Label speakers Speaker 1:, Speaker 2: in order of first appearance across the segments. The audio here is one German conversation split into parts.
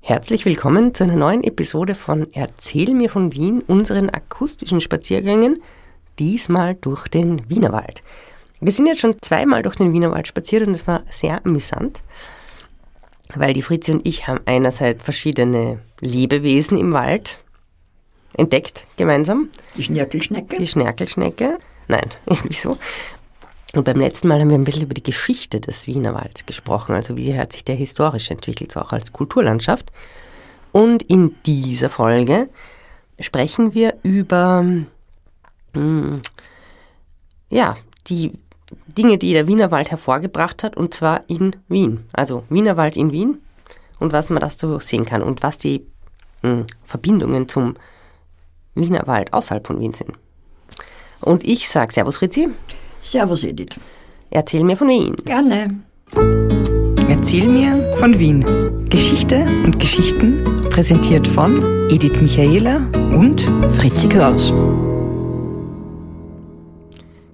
Speaker 1: Herzlich willkommen zu einer neuen Episode von Erzähl mir von Wien, unseren akustischen Spaziergängen, diesmal durch den Wienerwald. Wir sind jetzt schon zweimal durch den Wienerwald spaziert und es war sehr amüsant, weil die Fritzi und ich haben einerseits verschiedene Lebewesen im Wald entdeckt gemeinsam.
Speaker 2: Die Schnörkelschnecke?
Speaker 1: Die Schnärkelschnecke. Nein, wieso? Und beim letzten Mal haben wir ein bisschen über die Geschichte des Wienerwalds gesprochen, also wie hat sich der historisch entwickelt, so auch als Kulturlandschaft. Und in dieser Folge sprechen wir über mm, ja, die Dinge, die der Wienerwald hervorgebracht hat, und zwar in Wien. Also Wienerwald in Wien und was man das so sehen kann und was die mm, Verbindungen zum Wienerwald außerhalb von Wien sind. Und ich sage Servus Fritzi.
Speaker 2: Servus Edith.
Speaker 1: Erzähl mir von Wien.
Speaker 2: Gerne.
Speaker 3: Erzähl mir von Wien. Geschichte und Geschichten präsentiert von Edith Michaela und Fritzi Kraus.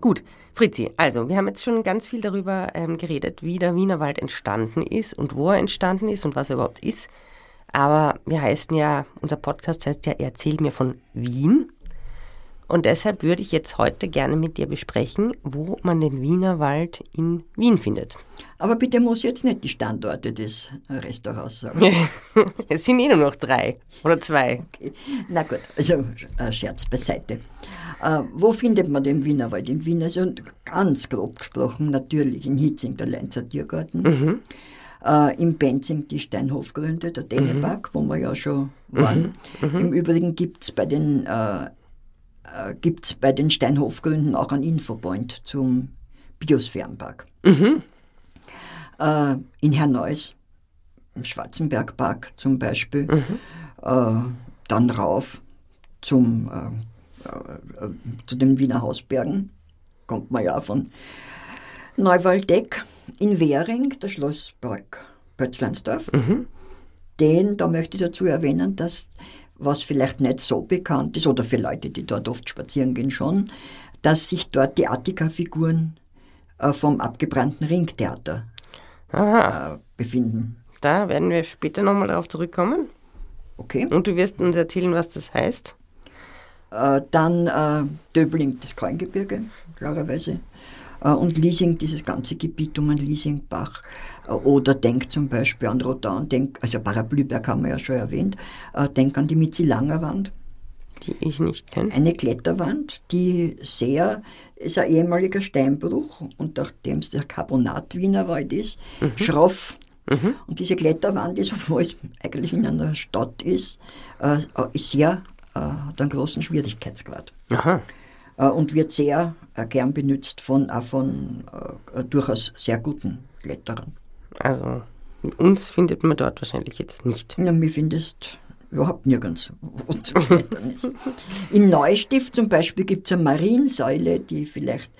Speaker 1: Gut, Fritzi, also wir haben jetzt schon ganz viel darüber ähm, geredet, wie der Wienerwald entstanden ist und wo er entstanden ist und was er überhaupt ist. Aber wir heißen ja, unser Podcast heißt ja Erzähl mir von Wien. Und deshalb würde ich jetzt heute gerne mit dir besprechen, wo man den Wienerwald in Wien findet.
Speaker 2: Aber bitte muss jetzt nicht die Standorte des Restaurants sagen.
Speaker 1: es sind eh nur noch drei oder zwei.
Speaker 2: Na gut, also äh, Scherz beiseite. Äh, wo findet man den Wienerwald? In Wien, also ganz grob gesprochen, natürlich in Hitzing der Leinzer Tiergarten, äh, in Penzing die Steinhofgründe, der Dänemark, wo wir ja schon waren. Im Übrigen gibt es bei den äh, gibt es bei den Steinhofgründen auch einen Infopoint zum Biosphärenpark. Äh, in Herneuß, im Schwarzenbergpark zum Beispiel, äh, dann rauf zum, äh, äh, äh, zu den Wiener Hausbergen, kommt man ja von Neuwaldeck, in Währing, der Schlosspark Pötzleinsdorf. Den, da möchte ich dazu erwähnen, dass was vielleicht nicht so bekannt ist, oder für Leute, die dort oft spazieren gehen, schon, dass sich dort die Attika-Figuren äh, vom abgebrannten Ringtheater
Speaker 1: Aha,
Speaker 2: äh, befinden.
Speaker 1: da werden wir später nochmal darauf zurückkommen.
Speaker 2: Okay.
Speaker 1: Und du wirst uns erzählen, was das heißt.
Speaker 2: Äh, dann äh, Döbling, das Kleingebirge, klarerweise. Äh, und Liesing, dieses ganze Gebiet um den Liesingbach. Äh, oder denk zum Beispiel an Rotan, denk, also Parablüberg haben wir ja schon erwähnt. Äh, denk an die Mitzilanger Wand.
Speaker 1: die ich nicht kenne.
Speaker 2: Eine Kletterwand, die sehr, ist ein ehemaliger Steinbruch und nachdem es der Carbonat-Wienerwald ist, schroff. Und diese Kletterwand ist, obwohl es eigentlich in einer Stadt ist, äh, ist sehr, äh, hat einen großen Schwierigkeitsgrad
Speaker 1: Aha.
Speaker 2: äh, und wird sehr äh, gern benutzt von, auch von äh, durchaus sehr guten Kletterern.
Speaker 1: Also, uns findet man dort wahrscheinlich jetzt nicht.
Speaker 2: Na, mir findest überhaupt nirgends, wo zu klettern ist. In Neustift zum Beispiel gibt es eine Mariensäule, die vielleicht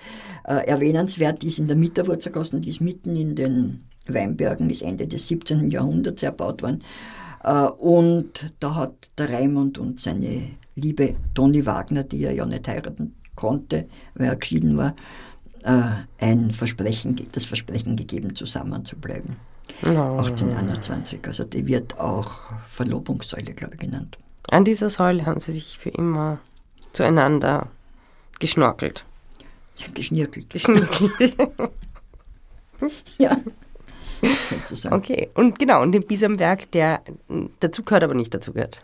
Speaker 2: äh, erwähnenswert ist in der Mitterwurzergasse und die ist mitten in den Weinbergen, ist Ende des 17. Jahrhunderts erbaut worden. Äh, und da hat der Raimund und seine liebe Toni Wagner, die er ja nicht heiraten konnte, weil er geschieden war, äh, ein Versprechen, ge- das Versprechen gegeben, zusammenzubleiben. 1821. Also die wird auch Verlobungssäule, glaube ich, genannt.
Speaker 1: An dieser Säule haben sie sich für immer zueinander geschnorkelt.
Speaker 2: Geschnirkelt.
Speaker 1: Geschnorkelt.
Speaker 2: Ja. Sozusagen.
Speaker 1: okay, und genau, und den Bisamwerk, der dazu gehört, aber nicht dazu gehört.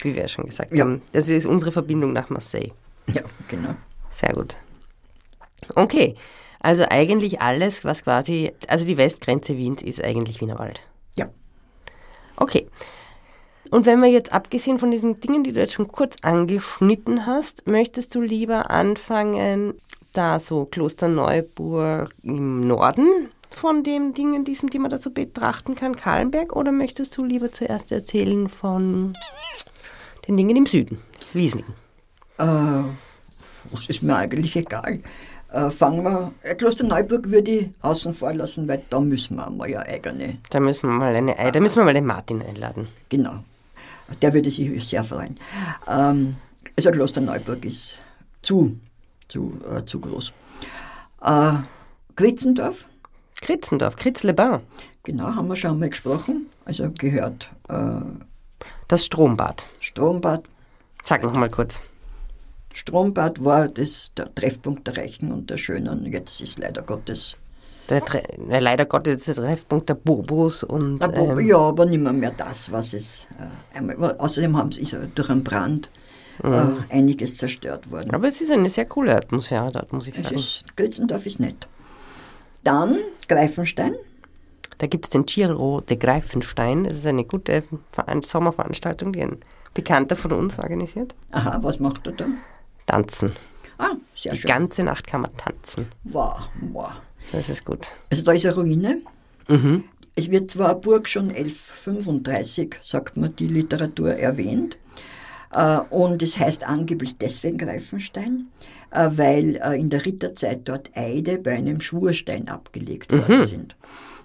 Speaker 1: Wie wir ja schon gesagt
Speaker 2: Ja.
Speaker 1: haben. Das ist unsere Verbindung nach Marseille.
Speaker 2: Ja, genau.
Speaker 1: Sehr gut. Okay, also eigentlich alles, was quasi, also die Westgrenze Wiens ist eigentlich Wienerwald.
Speaker 2: Ja.
Speaker 1: Okay. Und wenn wir jetzt abgesehen von diesen Dingen, die du jetzt schon kurz angeschnitten hast, möchtest du lieber anfangen, da so Klosterneuburg im Norden von den Dingen, diesem, die man dazu betrachten kann, Kahlenberg, oder möchtest du lieber zuerst erzählen von den Dingen im Süden, Wiesnigen?
Speaker 2: Äh, das ist mir eigentlich egal. Äh, fangen wir. äh, Klosterneuburg würde ich außen vor lassen, weil da müssen wir einmal ja eigene.
Speaker 1: Da müssen wir mal eine, da müssen wir mal den Martin einladen.
Speaker 2: Genau. Der würde sich sehr freuen. Ähm, also Klosterneuburg ist zu, zu, äh, zu groß. Äh, Kritzendorf,
Speaker 1: Kritzendorf, Kritzlebain.
Speaker 2: genau, haben wir schon einmal gesprochen. Also gehört äh,
Speaker 1: Das Strombad.
Speaker 2: Strombad.
Speaker 1: Sag noch mal kurz.
Speaker 2: Strombad war das, der Treffpunkt der Reichen und der Schönen. Jetzt ist leider Gottes.
Speaker 1: Der, Tre- äh, leider Gottes der Treffpunkt der Bobos und
Speaker 2: Der Bo-
Speaker 1: ähm,
Speaker 2: ja, aber nicht mehr, mehr das, was es äh, einmal war. Außerdem haben sie, ist ja durch einen Brand äh, einiges zerstört worden.
Speaker 1: aber es ist eine sehr coole Atmosphäre dort, muss ich
Speaker 2: Es
Speaker 1: sagen.
Speaker 2: ist, Götzendorf ist nett. Dann Greifenstein.
Speaker 1: Da gibt es den Giro de Greifenstein. Das ist eine gute Veran Sommerveranstaltung, die ein Bekannter von uns organisiert.
Speaker 2: Aha, was macht er da?
Speaker 1: Tanzen.
Speaker 2: Ah, sehr
Speaker 1: Die
Speaker 2: schön.
Speaker 1: ganze Nacht kann man tanzen.
Speaker 2: Wow, wow.
Speaker 1: Das ist gut.
Speaker 2: Also da ist eine Ruine. Es wird zwar eine Burg schon 1135, sagt man, die Literatur erwähnt. Äh, Und es heißt angeblich deswegen Greifenstein, äh, weil äh, in der Ritterzeit dort Eide bei einem Schwurstein abgelegt worden sind.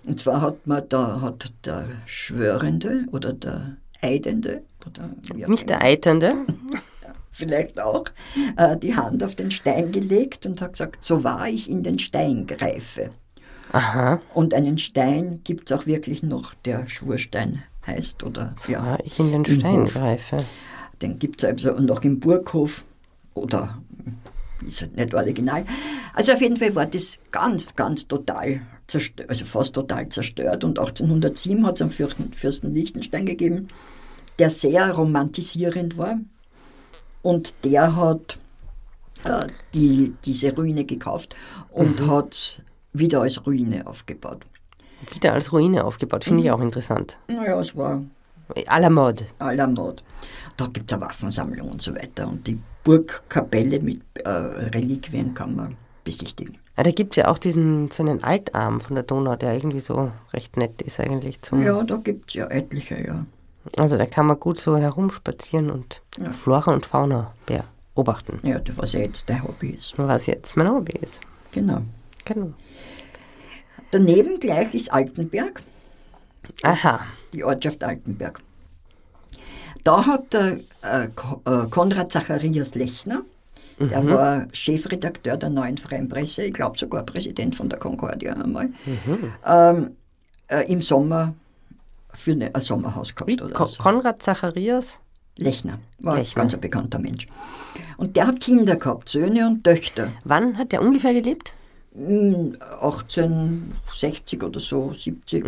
Speaker 2: Und zwar hat man da hat der Schwörende oder der Eidende oder wie auch
Speaker 1: Nicht der Eiternde.
Speaker 2: vielleicht auch, äh, die Hand auf den Stein gelegt und hat gesagt, so wahr ich in den Stein greife.
Speaker 1: Aha.
Speaker 2: Und einen Stein gibt es auch wirklich noch, der Schwurstein heißt, oder ja,
Speaker 1: Ah, ich in den
Speaker 2: Im
Speaker 1: Stein
Speaker 2: Hof.
Speaker 1: greife.
Speaker 2: den gibt es also noch im Burghof oder ist halt nicht original. Also auf jeden Fall war das ganz, ganz total zerstört, also fast total zerstört. Und 1807 hat es einen Fürsten, Fürsten Liechtenstein gegeben, der sehr romantisierend war. Und der hat äh, die, diese Ruine gekauft und hat wieder als Ruine aufgebaut.
Speaker 1: Wieder als Ruine aufgebaut. Finde
Speaker 2: Mhm.
Speaker 1: ich auch interessant.
Speaker 2: Naja, es war
Speaker 1: A la mode.
Speaker 2: à la mode. Da gibt es eine Waffensammlung und so weiter. Und die Burgkapelle mit äh, Reliquien kann man besichtigen.
Speaker 1: Ah, da gibt es ja auch diesen, so einen Altarm von der Donau, der irgendwie so recht nett ist eigentlich. Zum,
Speaker 2: Ja, da gibt es ja etliche, ja.
Speaker 1: Also da kann man gut so herumspazieren und Flora und Fauna beobachten.
Speaker 2: Ja, das, was ja jetzt dein Hobby ist.
Speaker 1: Was jetzt mein Hobby ist.
Speaker 2: Genau.
Speaker 1: Genau.
Speaker 2: Daneben gleich ist Altenberg,
Speaker 1: Aha.
Speaker 2: die Ortschaft Altenberg. Da hat der äh, Ko- äh, Konrad Zacharias Lechner,
Speaker 1: Mhm.
Speaker 2: der war Chefredakteur der Neuen Freien Presse, ich glaube sogar Präsident von der Concordia einmal,
Speaker 1: Mhm.
Speaker 2: ähm, äh, im Sommer für ne, ein Sommerhaus
Speaker 1: Wie?
Speaker 2: gehabt. Oder
Speaker 1: Ko
Speaker 2: so.
Speaker 1: Konrad Zacharias?
Speaker 2: Lechner war
Speaker 1: Lechner.
Speaker 2: ein ganz ein bekannter Mensch. Und der hat Kinder gehabt, Söhne und Töchter.
Speaker 1: Wann hat der ungefähr gelebt?
Speaker 2: Hm, 1860 oder so, 70.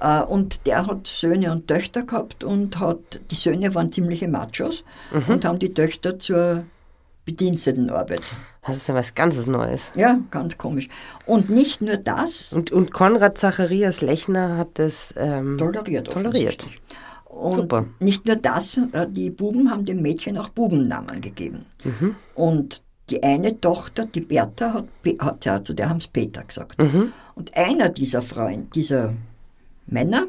Speaker 2: Äh, Und der hat Söhne und Töchter gehabt und hat, die Söhne waren ziemliche Machos und haben die Töchter zur Bedienstetenarbeit.
Speaker 1: Das ist ja was ganz was Neues.
Speaker 2: Ja, ganz komisch. Und nicht nur das,
Speaker 1: Und, und Konrad Zacharias Lechner hat das ähm,
Speaker 2: toleriert.
Speaker 1: toleriert.
Speaker 2: offensichtlich. Und
Speaker 1: Super.
Speaker 2: nicht nur das, äh, die Buben haben den Mädchen auch Bubennamen gegeben. Und die eine Tochter, die Bertha, hat, Pe- hat ja, zu der haben es Peter gesagt. Und einer dieser Freund, dieser Männer,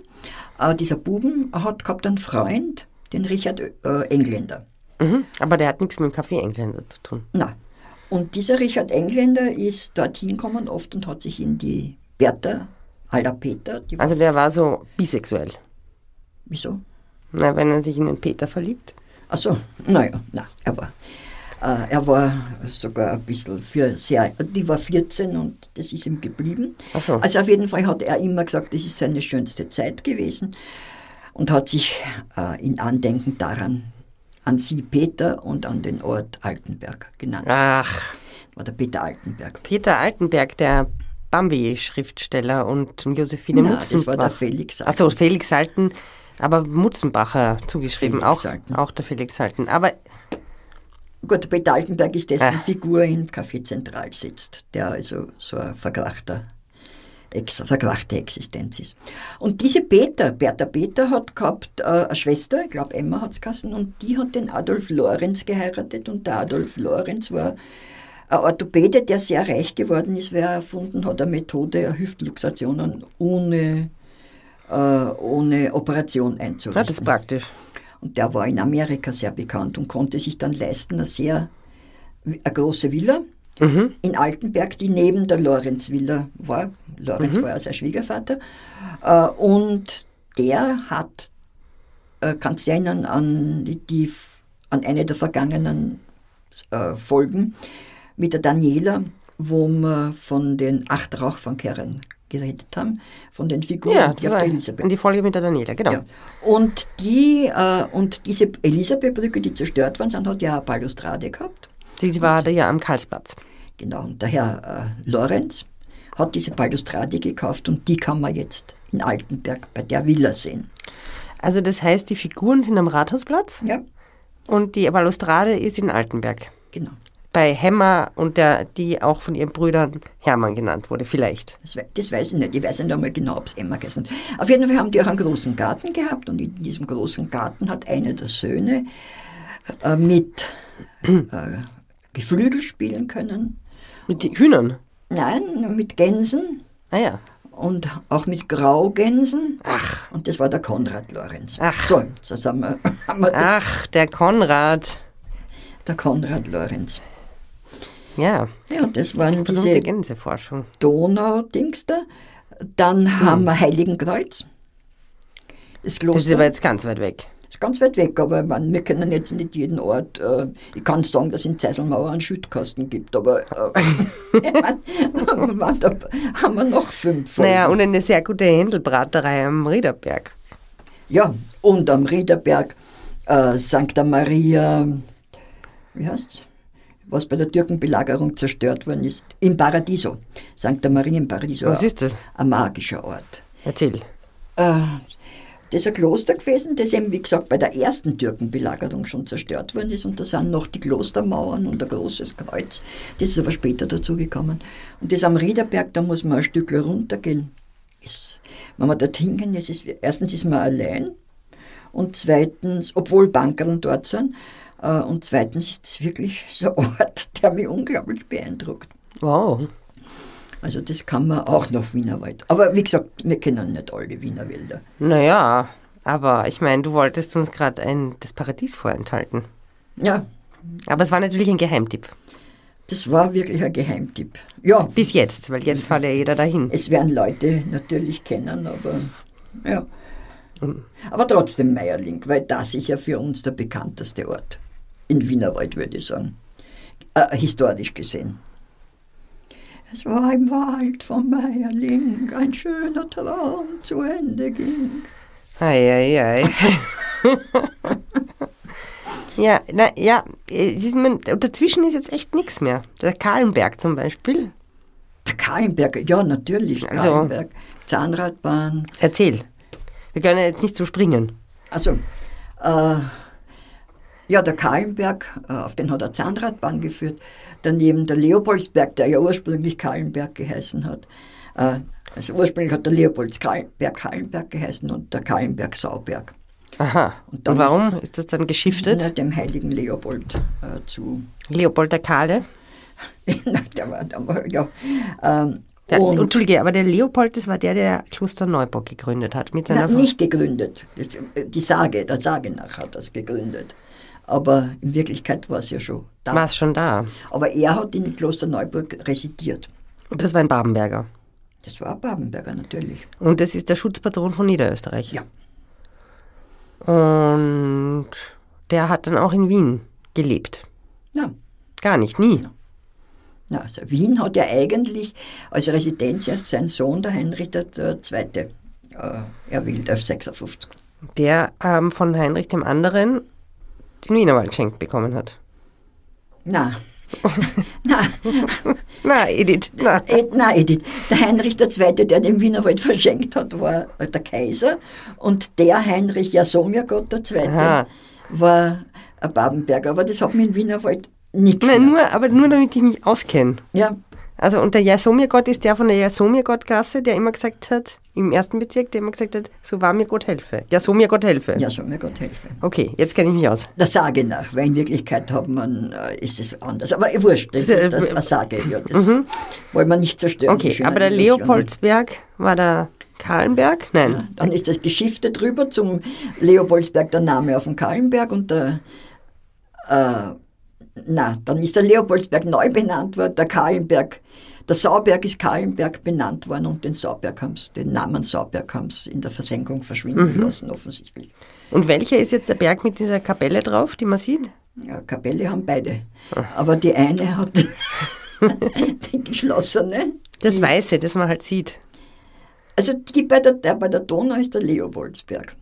Speaker 2: äh, dieser Buben, hat gehabt einen Freund, den Richard Ö- äh, Engländer.
Speaker 1: Mhm. Aber der hat nichts mit dem Kaffee Engländer zu tun.
Speaker 2: Na. Und dieser Richard Engländer ist dorthin gekommen oft und hat sich in die Bertha, aller Peter, die war,
Speaker 1: Also der war so bisexuell.
Speaker 2: wieso?
Speaker 1: Na, wenn er sich in den Peter verliebt.
Speaker 2: Also, naja, na, er war. Äh, er war sogar ein bisschen für sehr, die war 14 und das ist ihm geblieben.
Speaker 1: Ach so.
Speaker 2: Also auf jeden Fall hat er immer gesagt, das ist seine schönste Zeit gewesen und hat sich äh, in Andenken daran, an sie Peter und an den Ort Altenberg genannt.
Speaker 1: Ach,
Speaker 2: War der Peter Altenberg.
Speaker 1: Peter Altenberg, der Bambi-Schriftsteller und Josephine
Speaker 2: Na,
Speaker 1: Mutzenbacher.
Speaker 2: das war der Felix Salten.
Speaker 1: Achso, Felix Salten, aber Mutzenbacher zugeschrieben.
Speaker 2: Felix
Speaker 1: auch,
Speaker 2: Salten.
Speaker 1: auch der Felix Salten. Aber
Speaker 2: Gut, der Peter Altenberg ist dessen
Speaker 1: Ah.
Speaker 2: Figur im Café Zentral sitzt, der also so ein verkrachter, ex, verkrachte Existenz ist. Und diese Peter, Bertha Peter hat gehabt äh, eine Schwester, ich glaube Emma hat es geheißen, und die hat den Adolf Lorenz geheiratet und der Adolf Lorenz war ein Orthopäde, der sehr reich geworden ist, weil er erfunden hat eine Methode, eine Hüftluxation ohne, äh, ohne Operation einzurichten.
Speaker 1: na, Ah, das ist praktisch.
Speaker 2: Und der war in Amerika sehr bekannt und konnte sich dann leisten, eine sehr eine große Villa
Speaker 1: Mhm.
Speaker 2: in Altenberg, die neben der Lorenz-Villa war.
Speaker 1: Mhm.
Speaker 2: Lorenz war ja sein Schwiegervater. Äh, Und der hat, äh, kannst du dich erinnern an, die- die, an eine der vergangenen äh, Folgen mit der Daniela, wo wir von den acht Rauchfangkehren geredet haben, von den Figuren,
Speaker 1: ja,
Speaker 2: die
Speaker 1: das
Speaker 2: auf
Speaker 1: war
Speaker 2: der Elisabeth.
Speaker 1: die Folge mit der Daniela, genau.
Speaker 2: Ja. Und, die, äh, und diese Elisabethbrücke, die zerstört worden sind, hat ja eine Balustrade gehabt.
Speaker 1: Die, die war da ja am Karlsplatz.
Speaker 2: Genau, und der Herr äh, Lorenz hat diese Balustrade gekauft und die kann man jetzt in Altenberg bei der Villa sehen.
Speaker 1: Also das heißt, die Figuren sind am Rathausplatz
Speaker 2: Ja,
Speaker 1: und die Balustrade ist in Altenberg.
Speaker 2: genau.
Speaker 1: Bei Hemmer und der, die auch von ihren Brüdern Hermann genannt wurde, vielleicht.
Speaker 2: Das, we- das weiß ich nicht. Ich weiß nicht einmal genau, ob es Emma geheißen hat. Auf jeden Fall haben die auch einen großen Garten gehabt und in diesem großen Garten hat einer der Söhne äh, mit äh, Geflügel spielen können.
Speaker 1: Mit den Hühnern.
Speaker 2: Nein, mit Gänsen
Speaker 1: Ah ja.
Speaker 2: und auch mit Graugänsen. Ach. Und das war der Konrad Lorenz.
Speaker 1: Ach.
Speaker 2: So, so haben wir, haben wir das.
Speaker 1: Ach, der Konrad.
Speaker 2: Der Konrad Lorenz.
Speaker 1: Ja,
Speaker 2: Ja, das waren
Speaker 1: berühmte
Speaker 2: diese
Speaker 1: Gänseforschung.
Speaker 2: Donau-Dings da. Dann
Speaker 1: Hm.
Speaker 2: haben wir Heiligenkreuz. Das Kloster.
Speaker 1: Das ist aber jetzt ganz weit weg.
Speaker 2: ist ganz weit weg, aber ich mein, wir können jetzt nicht jeden Ort, äh, ich kann sagen, dass es in Zeiselmauer einen Schüttkasten gibt, aber äh, ich mein, man- da haben wir noch fünf. Folgen.
Speaker 1: Naja, und eine sehr gute Händelbraterei am Riederberg.
Speaker 2: ja, und am Riederberg, äh, St. Maria, wie heißt's? Was bei der Türkenbelagerung zerstört worden ist, im Paradiso. St. Maria im Paradiso.
Speaker 1: Was ist das?
Speaker 2: Ein magischer Ort.
Speaker 1: Erzähl.
Speaker 2: Äh, das ist ein Kloster gewesen, das eben, wie gesagt, bei der ersten Türkenbelagerung schon zerstört worden ist. Und da sind noch die Klostermauern und ein großes Kreuz. Das ist aber später dazugekommen. Und das am Riederberg, da muss man ein Stück runtergehen. Ist, wenn man dort hingehen, es ist, erstens ist man allein. Und zweitens, obwohl Bankerl dort sind. äh, Und zweitens ist es wirklich so ein Ort, der mich unglaublich beeindruckt.
Speaker 1: Wow.
Speaker 2: Also das kann man auch nach Wienerwald. Aber wie gesagt, wir kennen nicht alle Wiener Wälder.
Speaker 1: Naja, aber ich meine, du wolltest uns gerade ein- das Paradies vorenthalten.
Speaker 2: Ja,
Speaker 1: Aber es war natürlich ein Geheimtipp.
Speaker 2: Das war wirklich ein Geheimtipp. Ja,
Speaker 1: Bis jetzt, weil jetzt fährt ja jeder dahin.
Speaker 2: es werden Leute natürlich kennen, aber ja. Aber trotzdem Meierling, weil das ist ja für uns der bekannteste Ort in Wienerwald, würde ich sagen. Äh, historisch gesehen. Es war im Wald von Meierling ein schöner Traum zu Ende ging.
Speaker 1: Eieiei. ja, na, ja, äh, sieht man, dazwischen ist jetzt echt nichts mehr. Der Kahlenberg zum Beispiel.
Speaker 2: Der Kahlenberger, ja natürlich,
Speaker 1: Also-
Speaker 2: Kahlenberg, Zahnradbahn,
Speaker 1: Erzähl. Wir können ja jetzt nicht so springen.
Speaker 2: Also, äh, ja, der Kahlenberg, äh, auf den hat er Zahnradbahn geführt. Daneben der Leopoldsberg, der ja ursprünglich Kahlenberg geheißen hat. Äh, also ursprünglich hat der Leopoldsberg Kahlenberg geheißen und der Kahlenberg Sauberg.
Speaker 1: Aha. Und,
Speaker 2: Und dann
Speaker 1: warum ist, das dann
Speaker 2: Na,
Speaker 1: geschiftet?
Speaker 2: dem heiligen Leopold äh, zu.
Speaker 1: Leopold der Kahle.
Speaker 2: Na, der war, der war, ja. Ähm,
Speaker 1: Der,
Speaker 2: und-
Speaker 1: Entschuldige, aber der Leopold, das war der, der Kloster Neuburg gegründet hat. Mit seiner
Speaker 2: Na,
Speaker 1: Frau.
Speaker 2: nicht gegründet. Das, äh, die Sage, der Sage nach hat das gegründet. Aber in Wirklichkeit war es ja schon da.
Speaker 1: War es schon da.
Speaker 2: Aber er hat in Klosterneuburg residiert.
Speaker 1: Und das war ein Babenberger.
Speaker 2: Das war Babenberger natürlich.
Speaker 1: Und das ist der Schutzpatron von Niederösterreich.
Speaker 2: Ja.
Speaker 1: Und der hat dann auch in Wien gelebt.
Speaker 2: Na,
Speaker 1: Gar nicht, nie.
Speaker 2: na, also Wien hat ja eigentlich als Residenz erst sein Sohn, der Heinrich II., äh, erwählt auf 56.
Speaker 1: Der ähm, von Heinrich dem anderen den Wienerwald geschenkt bekommen hat.
Speaker 2: Na, na,
Speaker 1: Na, Edith, na.
Speaker 2: Ed, na, Edith, der Heinrich II., der den Wienerwald verschenkt hat, war äh, der Kaiser und der Heinrich Jasomirgott II.
Speaker 1: Aha.
Speaker 2: war ein Babenberger. Aber das hat mir in Wienerwald nichts
Speaker 1: Nein, nur, aber nur damit ich mich auskenne.
Speaker 2: Ja,
Speaker 1: Also, und der Jasomirgott ist der von der Jasomirgottgasse, der immer gesagt hat, im ersten Bezirk, der immer gesagt hat, so war mir Gott helfe. Jasomir Gott helfe.
Speaker 2: Jasomirgott helfe.
Speaker 1: Okay, jetzt kenne ich mich aus.
Speaker 2: Der Sage nach, weil in Wirklichkeit hat man, äh, ist es anders. Aber eh wurscht, das
Speaker 1: Äh,
Speaker 2: ist das, eine Sage. Ja, das wollen wir nicht zerstören. die
Speaker 1: Mhm. Okay,
Speaker 2: schönen
Speaker 1: aber der
Speaker 2: Illusionen.
Speaker 1: Leopoldsberg war der Kahlenberg? Nein.
Speaker 2: Dann ist das Geschifte drüber zum Leopoldsberg, der Name auf dem Kahlenberg und der, äh, na, dann ist der Leopoldsberg neu benannt worden, der Kahlenberg, der Sauberg ist Kahlenberg benannt worden und den Sauberg haben sie, den Namen Sauberg haben sie in der Versenkung verschwinden
Speaker 1: Mhm.
Speaker 2: lassen, offensichtlich.
Speaker 1: Und welcher ist jetzt der Berg mit dieser Kapelle drauf, die man sieht?
Speaker 2: Ja, Kapelle haben beide. Aber die eine hat die geschlossene.
Speaker 1: Das Weiße, das man halt sieht.
Speaker 2: Also die bei der, der bei der Donau ist der Leopoldsberg.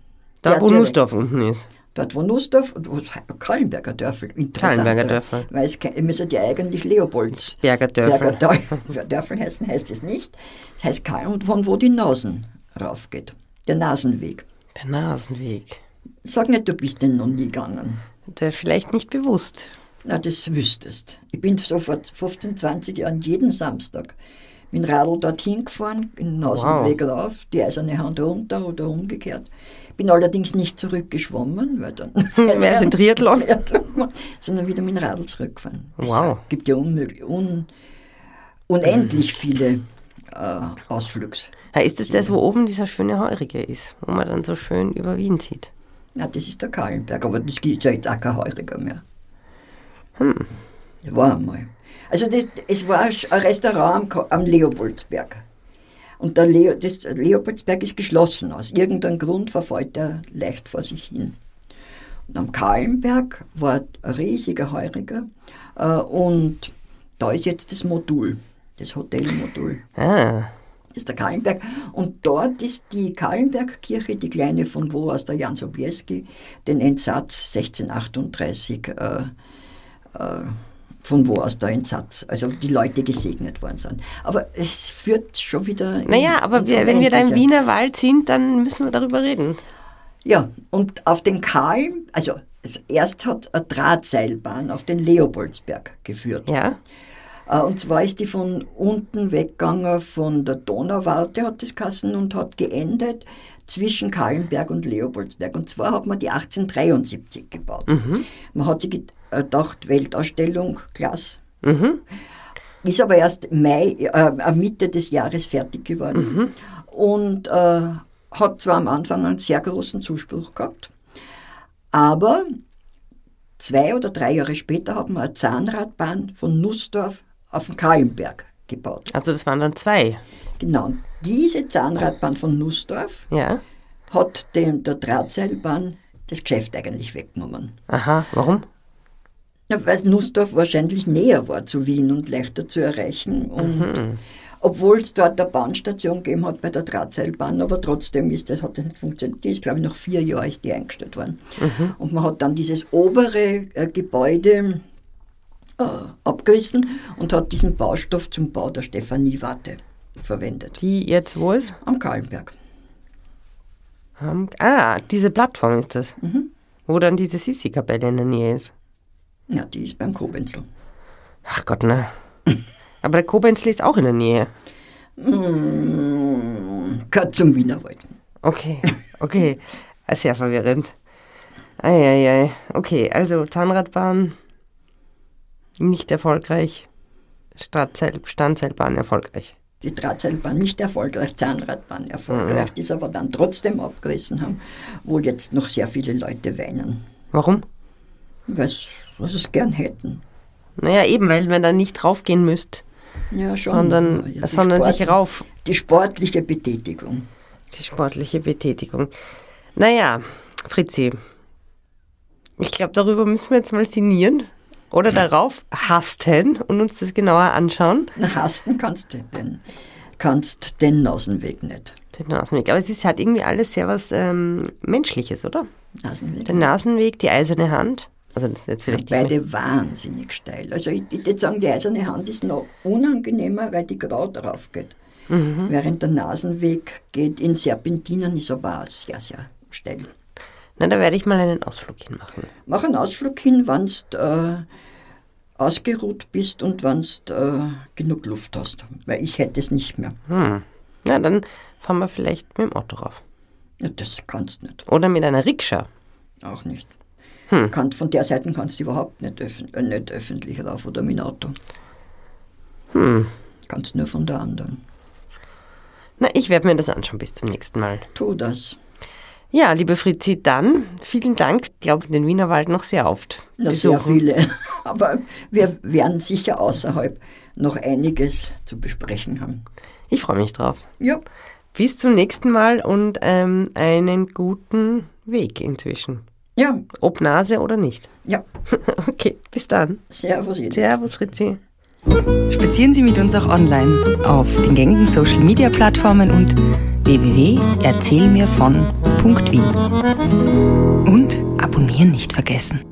Speaker 1: Da,
Speaker 2: Der
Speaker 1: wo
Speaker 2: direkt-
Speaker 1: Nussdorf unten ist.
Speaker 2: Dort wo Nussdorf, wo- Kallenberger Dörfel, interessant.
Speaker 1: Kallenberger Dörfel.
Speaker 2: Weil es ke- müssen ja eigentlich Leopolds
Speaker 1: Berger Dörfel.
Speaker 2: Berger Dörfel, Dörfel heißen, heißt es nicht. Es heißt Karl und von wo die Nasen raufgeht. Der Nasenweg.
Speaker 1: Der Nasenweg.
Speaker 2: Sag nicht, du bist denn noch nie gegangen.
Speaker 1: Der vielleicht nicht bewusst.
Speaker 2: Na, das wüsstest. Ich bin so vor 15, 20 Jahren jeden Samstag mit dem Radl dorthin gefahren, in den Nasenweg rauf, die eiserne Hand runter oder umgekehrt. Bin allerdings nicht zurückgeschwommen, weil dann.
Speaker 1: Wer ist ein Triathlon?
Speaker 2: sondern wieder mit dem Radl zurückgefahren.
Speaker 1: Wow.
Speaker 2: Es gibt ja unmöglich, un, unendlich viele äh, Ausflügs.
Speaker 1: Ah, Ist es das, wo oben dieser schöne Heurige ist, wo man dann so schön über Wien sieht?
Speaker 2: Na, das ist der Kahlenberg, aber das gibt ja jetzt auch kein Heuriger mehr. Hm. War einmal. Also das, es war ein Sch- ein Restaurant am, Ka- am Leopoldsberg. Und der Leo, das Leopoldsberg ist geschlossen. Aus irgendeinem Grund verfällt er leicht vor sich hin. Und am Kahlenberg war ein riesiger Heuriger. Äh, und da ist jetzt das Modul, das Hotelmodul.
Speaker 1: Ah,
Speaker 2: Das ist der Kahlenberg. Und dort ist die Kahlenbergkirche, die kleine, von wo aus der Jan Sobieski den Entsatz 1638, äh, äh, von wo aus der Entsatz, also die Leute gesegnet worden sind. Aber es führt schon wieder. in-
Speaker 1: naja, aber
Speaker 2: ins
Speaker 1: wir, wenn wir da im
Speaker 2: Unendliche.
Speaker 1: Wiener Wald sind, dann müssen wir darüber reden.
Speaker 2: Ja, und auf den Kahlen, also es- erst hat eine Drahtseilbahn auf den Leopoldsberg geführt.
Speaker 1: Ja,
Speaker 2: Äh, Und zwar ist die von unten weggegangen, von der Donauwarte hat das Kassen und hat geendet zwischen Kahlenberg und Leopoldsberg. Und zwar hat man die 1873 gebaut. Man hat sich get- äh, gedacht, Weltausstellung, klasse. Ist aber erst im Mai, äh, Mitte des Jahres fertig geworden und äh, hat zwar am Anfang einen sehr großen Zuspruch gehabt, aber zwei oder drei Jahre später hat man eine Zahnradbahn von Nussdorf auf den Kahlenberg gebaut.
Speaker 1: also das waren dann zwei.
Speaker 2: Genau. Und diese Zahnradbahn von Nussdorf
Speaker 1: Ja,
Speaker 2: hat dem der Drahtseilbahn das Geschäft eigentlich weggenommen.
Speaker 1: aha, warum?
Speaker 2: Na, weil Nussdorf wahrscheinlich näher war zu Wien und leichter zu erreichen. Und obwohl es dort eine Bahnstation gegeben hat bei der Drahtseilbahn, aber trotzdem ist das, hat das nicht funktioniert. Die ist, glaube ich, nach vier Jahren ist die eingestellt worden. Und man hat dann dieses obere äh, Gebäude äh, abgerissen und hat diesen Baustoff zum Bau der Stefanie-Warte verwendet.
Speaker 1: Die jetzt wo ist?
Speaker 2: Am Kahlenberg.
Speaker 1: Am- Ah, diese Plattform ist das. Wo dann diese Sissi-Kapelle in der Nähe ist.
Speaker 2: Ja, die ist beim Kobenzl.
Speaker 1: Ach Gott, ne. Aber der Kobenzl ist auch in der Nähe.
Speaker 2: Gehört zum Wienerwald.
Speaker 1: Okay, okay. Ah, Sehr verwirrend. Eieiei. Okay, also Zahnradbahn nicht erfolgreich. Stadtseil, Standseilbahn erfolgreich.
Speaker 2: die Drahtseilbahn nicht erfolgreich, Zahnradbahn erfolgreich, die es aber dann trotzdem abgerissen haben, wo jetzt noch sehr viele Leute weinen,
Speaker 1: Warum?
Speaker 2: was, was es gern hätten.
Speaker 1: Naja, eben, weil man da nicht raufgehen müsst,
Speaker 2: Ja, schon.
Speaker 1: sondern,
Speaker 2: Ja, die
Speaker 1: sondern sich
Speaker 2: Sport-
Speaker 1: rauf.
Speaker 2: Die sportliche Betätigung.
Speaker 1: Die sportliche Betätigung. Naja, Fritzi, ich glaube, darüber müssen wir jetzt mal sinnieren oder darauf hasten und uns das genauer anschauen.
Speaker 2: Na, hasten kannst du den, kannst den Nasenweg nicht.
Speaker 1: Den Nasenweg. Aber es ist, hat irgendwie alles sehr was ähm, Menschliches, oder?
Speaker 2: Nasenweg.
Speaker 1: Der Nasenweg, die eiserne Hand. Also das ist jetzt vielleicht nicht mehr-
Speaker 2: Beide wahnsinnig steil. Also ich, ich würde sagen, die eiserne Hand ist noch unangenehmer, weil die gerade drauf geht.
Speaker 1: Mhm.
Speaker 2: Während der Nasenweg geht in Serpentinen, ist aber auch sehr, sehr steil.
Speaker 1: Na, da werde ich mal einen Ausflug hinmachen.
Speaker 2: Mach einen Ausflug hin, wenn du äh, ausgeruht bist und wenn du äh, genug Luft hast. Weil ich hätte es nicht mehr.
Speaker 1: Hm. Na, dann fahren wir vielleicht mit dem Auto rauf.
Speaker 2: Ja, das kannst nicht.
Speaker 1: Oder mit einer Rikscha.
Speaker 2: Auch nicht. Kann, von der Seite kannst du überhaupt nicht, öffn äh, nicht öffentlich rauf oder mit dem Auto. Kannst nur von der anderen.
Speaker 1: Na, ich werde mir das anschauen. Bis zum nächsten Mal.
Speaker 2: Tu das.
Speaker 1: Ja, liebe Fritzi, dann vielen Dank. Ich glaube, den Wienerwald noch sehr oft Also,
Speaker 2: Na, sehr viele. Aber wir werden sicher außerhalb noch einiges zu besprechen haben.
Speaker 1: Ich freue mich drauf.
Speaker 2: Ja,
Speaker 1: Bis zum nächsten Mal und ähm, einen guten Weg inzwischen.
Speaker 2: ja,
Speaker 1: Ob Nase oder nicht.
Speaker 2: ja.
Speaker 1: Okay, bis dann.
Speaker 2: Servus. Edith.
Speaker 1: Servus, Fritzi. Spazieren Sie mit uns auch online auf den gängigen Social Media Plattformen und www.erzählmirvon.wien. Und abonnieren nicht vergessen.